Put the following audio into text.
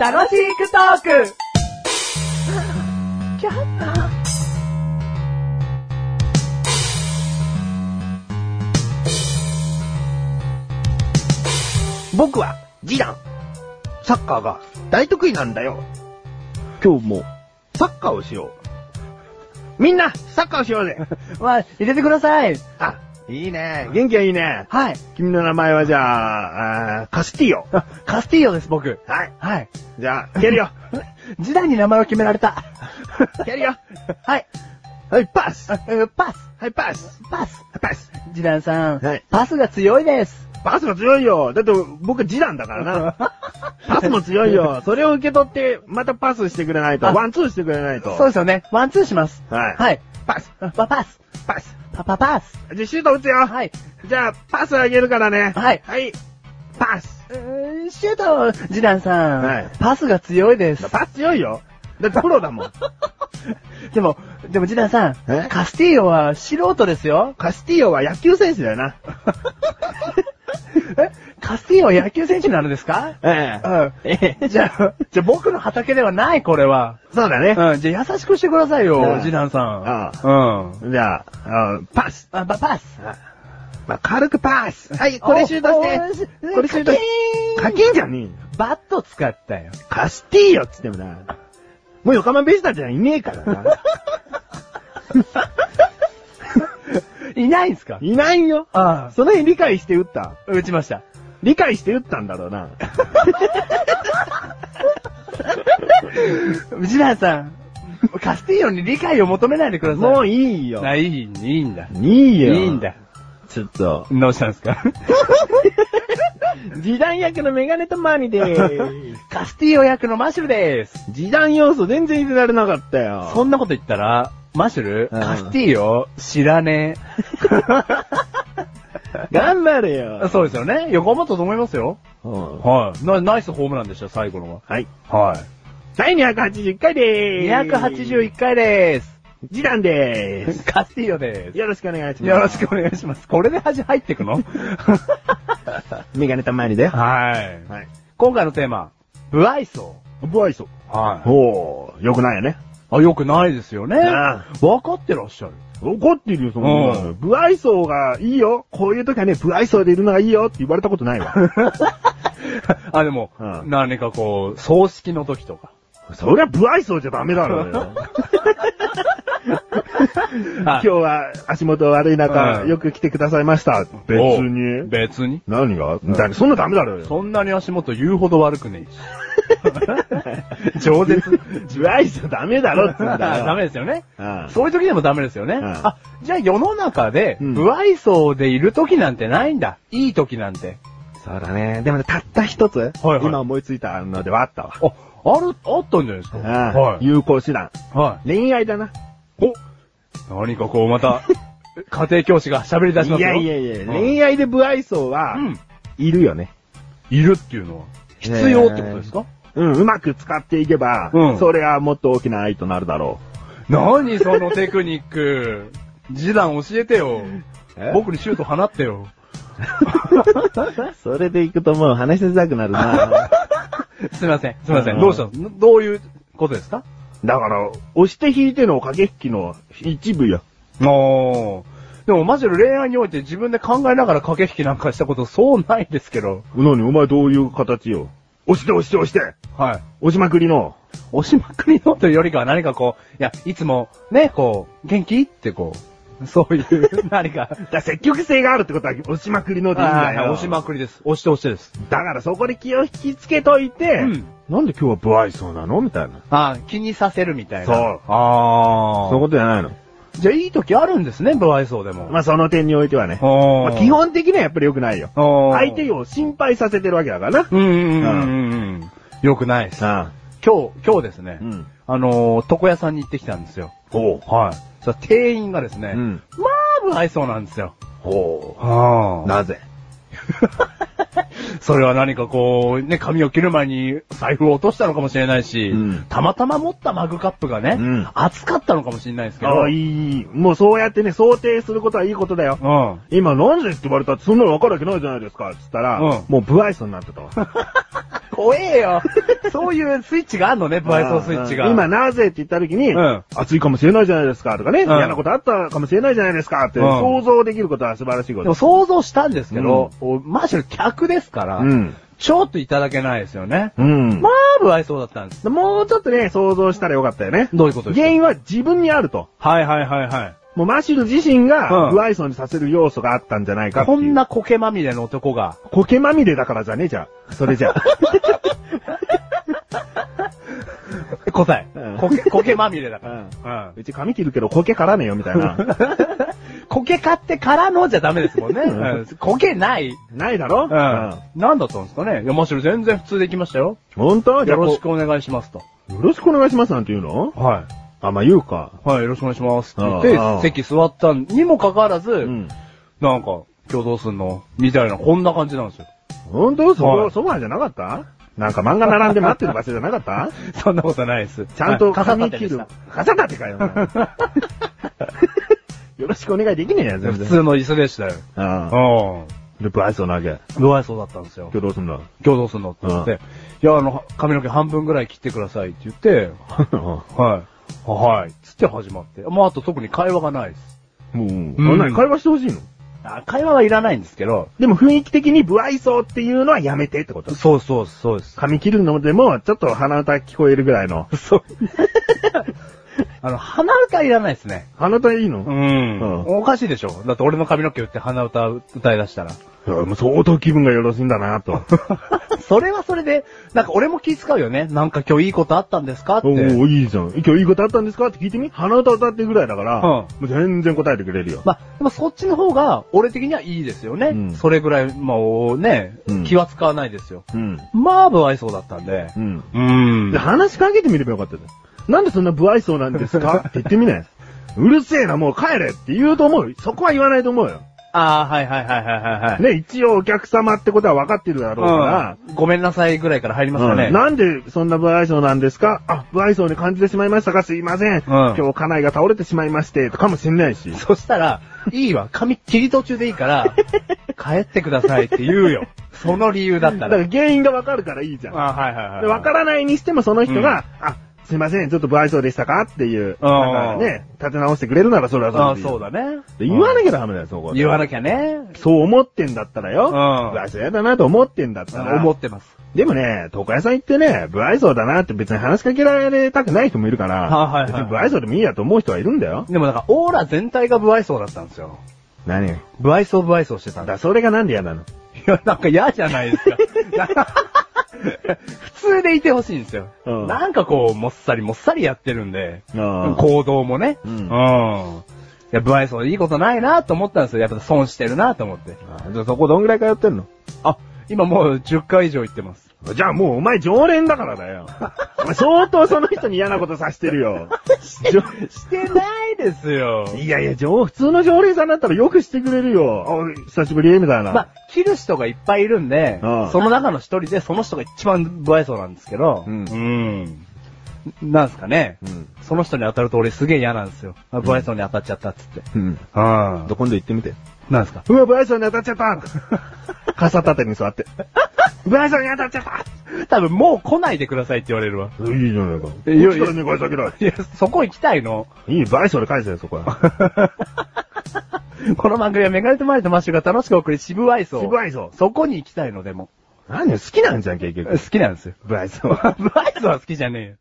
楽しくトーク僕は、次男。サッカーが大得意なんだよ。今日も、サッカーをしよう。みんな、サッカーをしようぜ。まあ、入れてください。あ、いいね。元気はいいね。はい。 君の名前はじゃあ、あーカスティーヨ。あカスティーヨです、僕。はい。はい。じゃあ、蹴 るよ。時代に名前を決められた。蹴るよ。はい。はい、パス。あはえー パス。い、パス。パス。パス。ジダンさん、はいパスが強いです。パスが強いよ。だって、僕は次男だか らな。パスも強いよ。それを受け取って、またパスしてくれないと。あワンツーしてくれないと。そうですよね。ワンツーします。はいはい。パス。パパス。パス。パパパス。じゃあ、シュート打つよ。はい。じゃあ、パスあげるからね。はいはい。パス。うーんシュート、ジダンさん、はいパスが強いです。パス強いよ。だってプロだもん。でも、でもジダンさんえ、カスティーヨは素人ですよ。カスティーヨは野球選手だよな。えカスティーヨは野球選手になるんですかえうん。じゃあ、じゃあ僕の畑ではない、これは。そうだね。うん、じゃあ優しくしてくださいよう、んジダンさあん。うん。じゃあ、あパス。あ、パパス。あまあ、軽くパス。はい、これシュートして。おおこれシュートカしキーン課金じゃねえよバット使ったよ。カスティーヨっつってもな。もう横浜ベイスターズじゃいねえから な。いないんすかいないよ。あその辺理解して打った。あ、打ちました。理解して打ったんだろうな。ジダンさん、カスティーヨに理解を求めないでください。もういいよ。あいい、いいんだ。いいいよ。いんだ。。ちょっと。どうしたんですか時短役のメガネとマーニで ーす。カスティーヨ役のマシュルです。時短要素全然入れられなかったよ。そんなこと言ったら、マシュル、うんカスティーヨ知らね頑張れえ。よ。そうですよね。横浜だと思いますよ。うんはい。なナイスホームランでした、最後のはい。は。はい。はい、281回でーす。 281回でー時短でーす。す。カスティーヨです。よろしくお願いします。よろしくお願いします。これで味入ってくのメガネたまにだよ。はい。 はい。今回のテーマ、不愛想。不愛想。はおー、よくないよね。い。あ、よくないですよね。あわかってらっしゃる。 怒ってるよ、そんなうの。不愛想がいいよ。こういう時はね、不愛想でいるのがいいよって言われたことない わ。あ、でも、うん何かこう、葬式の時とか。そりゃ不愛想じゃダメだろう よ。今あ日は足元悪い中、うんよく来てくださいました。別おに。別に。何がだからそんなダメだろうよ。そんなに足元言うほど悪くねえし。饒舌。不愛想ダメだろっつうんだよ。 ダメですよね。うんそういう時でもダメですよね。んあ、じゃあ世の中で、うん不愛想でいる時なんてないんだ。いい時なんて。そうだね。でもね、たった一つ、はい今思いついたのではあったわ。あ、ある、あったんじゃないですか。うんはい。有効手段。は恋愛だな。い。お何かこうま た、家庭教師が喋り出しまいすよ。やいやいや、うん恋愛で不愛想はう、ん。いるよね。いるっていうのは、必要ってことですか、うん、うまく使っていけば、うんそれはもっと大きな愛となるだろ何そのテクニック。次男教えてよえ。僕にシュート放ってよ。う。 それでいくともう話しづらくなるな。 すいません、すいませ。うんんどうしたのどういうことですかだから、押して引いての駆け引きの一部よ。おー。でもマジで恋愛において自分で考えながら駆け引きなんかしたことそうないですけど。なに、お前どういう形よ。押して押して押してはい。押しまくりの。押しまくりのというよりかは何かこう、いや、いつも、ね、こう、元気ってこう、そういう、何か。だから積極性があるってことは押しまくりのでいいんあだーよ。押しまくりです。押して押してです。だからそこで気を引きつけといて、うんなんで今日は不愛想なのみたいな。ああ、気にさせるみたいな。そうああ。そういうことじゃないの。じゃあいい時あるんですね、不愛想でも。まあその点においてはね。おーまあ基本的にはやっぱり良くないよ。おー相手を心配させてるわけだからな。うんうんうんうん。よくないです。さ今日、今日ですねあ。、うん。あのー、床屋さんに行ってきたんですよ。ほう。はい。さ、店員がですね、うんまあ、不愛想なんですよ。ほあう。なぜそれは何かこう、ね、髪を切る前に財布を落としたのかもしれないし、うんたまたま持ったマグカップがね、うん熱かったのかもしれないですけど、ああ、いい。もうそうやってね、想定することはいいことだよ。うん。今なんでって言われたってそんなの分かるわけないじゃないですか。つったら、うんもう不愛想になってたわ。怖えよ。 そういうスイッチがある のね、バイソースイッチが。うん今なぜって言った時に、うん暑いかもしれないじゃないですか。とかね、うん嫌なことあったかもしれないじゃないですか。ってうん想像できることは素晴らしいこでもと。想像したんですけど、おマーシャル客ですから、うん。ちょっといただけないですよね。うん。まあ、不愛想だったんです。もうちょっとね、想像したらよかったよね。どういうことですか原因は自分にあると。はいはいはいはい。もうマシュル自身がうん不愛想にさせる要素があったんじゃないかっていう。こんな苔まみれの男 が、苔まみれだからじゃねえじゃん。それじゃ。 答えうん。苔、 苔まみれだうかんら。うん。うち髪切るけど苔からねえよ、みた いな。苔買ってからのじゃダメですもんね。うんうん苔ない。ないだろうん。なんだったんですかねいや、マシュル全然普通で行きましたよ。本当じゃよあこうろよしくお願いしますと。ろしくお願いしますなんて言うのはあ、まあ言うか。い。はい、よろしくお願いしますって言あっあて、席座ったにもかかわらず、うん。なんか、今日どうすんのみたいな、こんな感じなんですよ。本当そこ、はいソファーじゃなかったなんか漫画並んで待ってる場所じゃなかったそんなことないです。ちゃんとはい髪切る。。傘立てかよ。お前よろしくお願いできねえや、傘全立てでし然。た普通の椅子でしたよ。ああ。うで、不愛想なわけ。今ん。不愛想だったんですよ。日どうすんだ今日どうすんのって言って、いや、あの、髪の毛半分ぐらい切ってくださいって言って、はい。はい。つって始まって。もうあと特に会話がないです。もう、こんなに会話してほしいのあ会話はいらないんですけど、でも雰囲気的に不愛想っていうのはやめてってことそうそうそうです。髪切るのでも、ちょっと鼻歌聞こえるぐらいの。そう。 あの、鼻歌いらないですね。鼻歌いいの、んうんおかしいでしょだって俺の髪の毛売って鼻歌歌い出したら。いやもう相当気分がよろしいんだなと。 それはそれで、なんか俺も気遣うよね。なんか今日いいことあったんですかって。おおいいじゃん。今日いいことあったんですかって聞いてみ鼻歌歌ってるぐらいだから、もう全然答えてくれるよ。まあ、でもそっちの方が、俺的にはいいですよね。うんそれぐらい、まあ、おねうん、気は使わないですよ。うん。まあ、不愛想だったんで。うん。うんで、話しかけてみればよかったじゃん。なんでそんな不愛想なんですか って言ってみなよ。うるせえな、もう帰れって言うと思うよ。そこは言わないと思うよ。 ああ、はいはいはいはいはいはい。ね、一応お客様ってことは分かってるだろうから、うんごめんなさいぐらいから入りますかね。うんなんでそんな不愛想なんですかあ、不愛想に感じてしまいましたかすいません。今日家内が倒れてしまいまして、とかもしんないし。そしたら、いいわ、髪切り途中でいい から、帰ってくださいって言うよ。その理由だった。だからら原因が分かるからいいじゃん。あはいはいで分からないにしてもその人が、あ、すいません、ちょっと不愛想でしたかっていう、うんなんかね、立て直してくれるならそれはあれでいいそうだね。で言わなきゃダメだよ、そこは言わなきゃね。そう思ってんだったらよ。うん不愛想やだなと思ってんだったら。思ってます。でもね、床屋さん行ってね、不愛想だなって別に話しかけられたくない人もいるから、はいはいはい別に不愛想でもいいやと思う人はいるんだよ。でもなんか、オーラ全体が不愛想だったんですよ。何だ不愛想不愛想してたんでからそれがなんで嫌ないのや、なんか嫌じゃないですか。 普通でいてほしいんですよ、うんなんかこう、もっさりもっさりやってるんで、あー行動もね。うんいや、不愛想でいいことないなと思ったんですよ。やっぱ損してるなと思って。あじゃあそこどんぐらい通ってんのあ、今もう10回以上行ってます。じゃあもうお前常連だからだ よ。お前相当その人に嫌なことさせてるよ。じょしてないですよいやいや、常普通の常連さんだったらよくしてくれるよ。あ久しぶりみたいな。まあ、切る人がいっぱいいるんで、うんその中の一人で、その人が一番不愛想なんですけど、うんんなんすかね、うんその人に当たると俺すげえ嫌なんですよ。あ不愛想に当たっちゃったっつって。うん。あ今度行ってみて。なんすかうわ、ブライソンに当たっちゃ った傘立てに座って。ブライソンに当たっちゃった多分もう来ないでくださいって言われるわ。いいじゃないか。えいやいやこっちからね、返しだいや、そこ行きたいの。けいい、ブライソンで返せよ、そこは。 この番組はメガネとマリとマッシュが楽しくお送り、渋愛想。ブライソン。そこに行きたいのでも。何よ好きなんじゃん、結好 局。きなんですよ。 ブライソン。不愛想は好きじゃねえよ。